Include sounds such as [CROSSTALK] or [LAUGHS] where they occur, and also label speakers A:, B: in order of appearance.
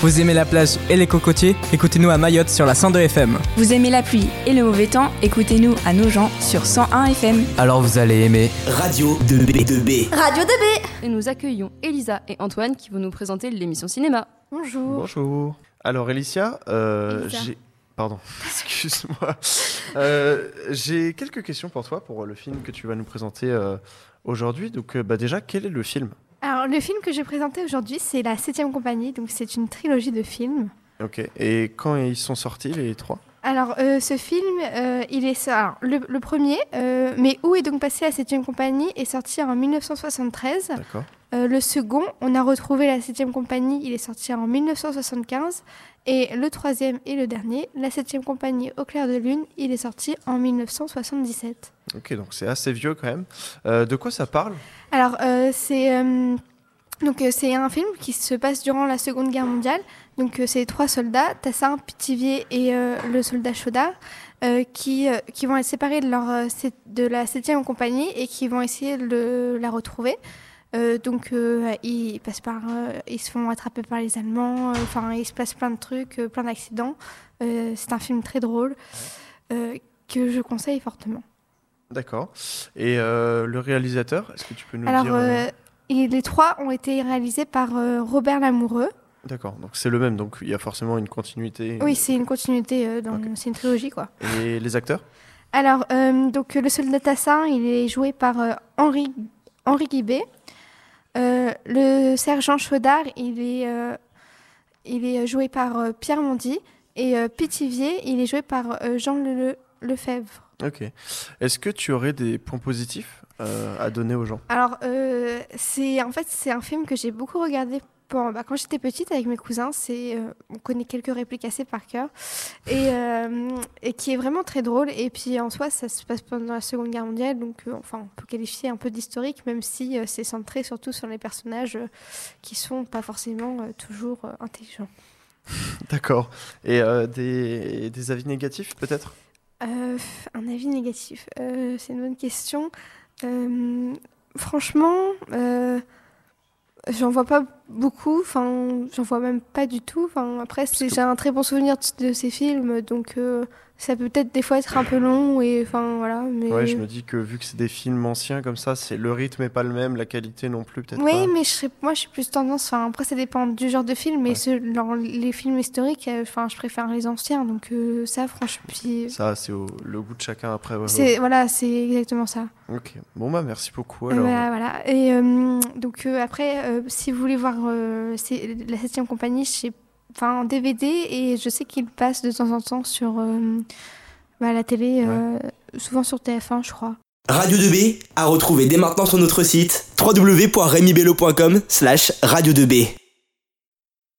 A: Vous aimez la plage et les cocotiers Écoutez-nous à Mayotte sur la 102 FM.
B: Vous aimez la pluie et le mauvais temps Écoutez-nous à nos gens sur 101 FM.
A: Alors vous allez aimer.
C: Radio 2B2B.
D: Radio 2B
E: Et nous accueillons Elisa et Antoine qui vont nous présenter l'émission cinéma.
D: Bonjour.
F: Bonjour. Alors, Elicia, euh,
D: Elisa.
F: j'ai. Pardon, [LAUGHS] excuse-moi. Euh, j'ai quelques questions pour toi pour le film que tu vas nous présenter euh, aujourd'hui. Donc, euh, bah, déjà, quel est le film
D: Alors, le film que j'ai présenté aujourd'hui, c'est La 7ème compagnie, donc c'est une trilogie de films.
F: Ok. Et quand ils sont sortis, les trois
D: Alors, euh, ce film, euh, il est sor- alors, le, le premier, euh, mais où est donc passé la 7ème compagnie, est sorti en 1973.
F: D'accord.
D: Euh, le second, on a retrouvé la 7ème compagnie, il est sorti en 1975. Et le troisième et le dernier, la 7ème compagnie au clair de lune, il est sorti en 1977.
F: Ok, donc c'est assez vieux quand même. Euh, de quoi ça parle
D: Alors, euh, c'est euh, donc euh, c'est un film qui se passe durant la Seconde Guerre mondiale. Donc, euh, c'est trois soldats, Tassin, Pitivier et euh, le soldat Chaudard, euh, qui, euh, qui vont être séparés de, leur, euh, sé- de la septième compagnie et qui vont essayer de le- la retrouver. Euh, donc, euh, ils, passent par, euh, ils se font attraper par les Allemands. euh, Enfin, il se passe plein de trucs, euh, plein d'accidents. Euh, c'est un film très drôle euh, que je conseille fortement.
F: D'accord. Et euh, le réalisateur, est-ce que tu peux nous
D: Alors,
F: dire euh,
D: euh, et les trois ont été réalisés par euh, Robert Lamoureux.
F: D'accord, donc c'est le même, donc il y a forcément une continuité.
D: Oui, c'est une continuité, euh, dans-
F: Ok.
D: c'est une trilogie, quoi.
F: Et les acteurs
D: Alors, euh, donc, euh, le soldat Tassin, il est joué par euh, Henri, Henri Guibé. Euh, le sergent Chaudard, il est, euh, il est joué par euh, Pierre Mondy. Et euh, Pithivier, il est joué par euh, Jean Le, Le- Lefebvre.
F: Ok. Est-ce que tu aurais des points positifs euh, à donner aux gens
D: Alors, euh, c'est en fait c'est un film que j'ai beaucoup regardé pendant- bah, quand j'étais petite avec mes cousins. C'est euh, on connaît quelques répliques assez par cœur et, euh, et qui est vraiment très drôle. Et puis en soi, ça se passe pendant la Seconde Guerre mondiale, donc euh, enfin on peut qualifier un peu d'historique, même si euh, c'est centré surtout sur les personnages euh, qui sont pas forcément euh, toujours euh, intelligents.
F: D'accord. Et euh, des, des avis négatifs peut-être
D: Euh, un avis négatif, Euh, c'est une bonne question. Euh, franchement, euh, j'en vois pas beaucoup, enfin, j'en vois même pas du tout. Enfin, après, c'est- j'ai un très bon souvenir de, de ces films, donc euh, ça peut peut-être des fois être un peu long et enfin voilà. Mais...
F: Ouais, je me dis que vu que c'est des films anciens comme ça, c'est le rythme est pas le même, la qualité non plus peut-être.
D: Oui,
F: pas.
D: mais je serais- moi je suis plus tendance. Enfin, après, ça dépend du genre de film, mais
F: Ouais.
D: ceux- dans les films historiques, euh, enfin, je préfère les anciens, donc euh, ça, franchement, puis-
F: Ça, c'est au- le goût de chacun après. ouais,
D: c'est voilà, c'est exactement ça.
F: ouais. Ok. Bon bah merci beaucoup.
D: Euh,
F: Alors,
D: Voilà, voilà. Et euh, donc euh, après, euh, si vous voulez voir euh, c'est- la 7 compagnie, je sais- enfin en DVD et je sais qu'il passe de temps en temps sur euh, bah, la télé, euh, souvent sur TF1, je crois.
C: Radio 2B à retrouver dès maintenant sur notre site www.remibello.com slash radio 2B.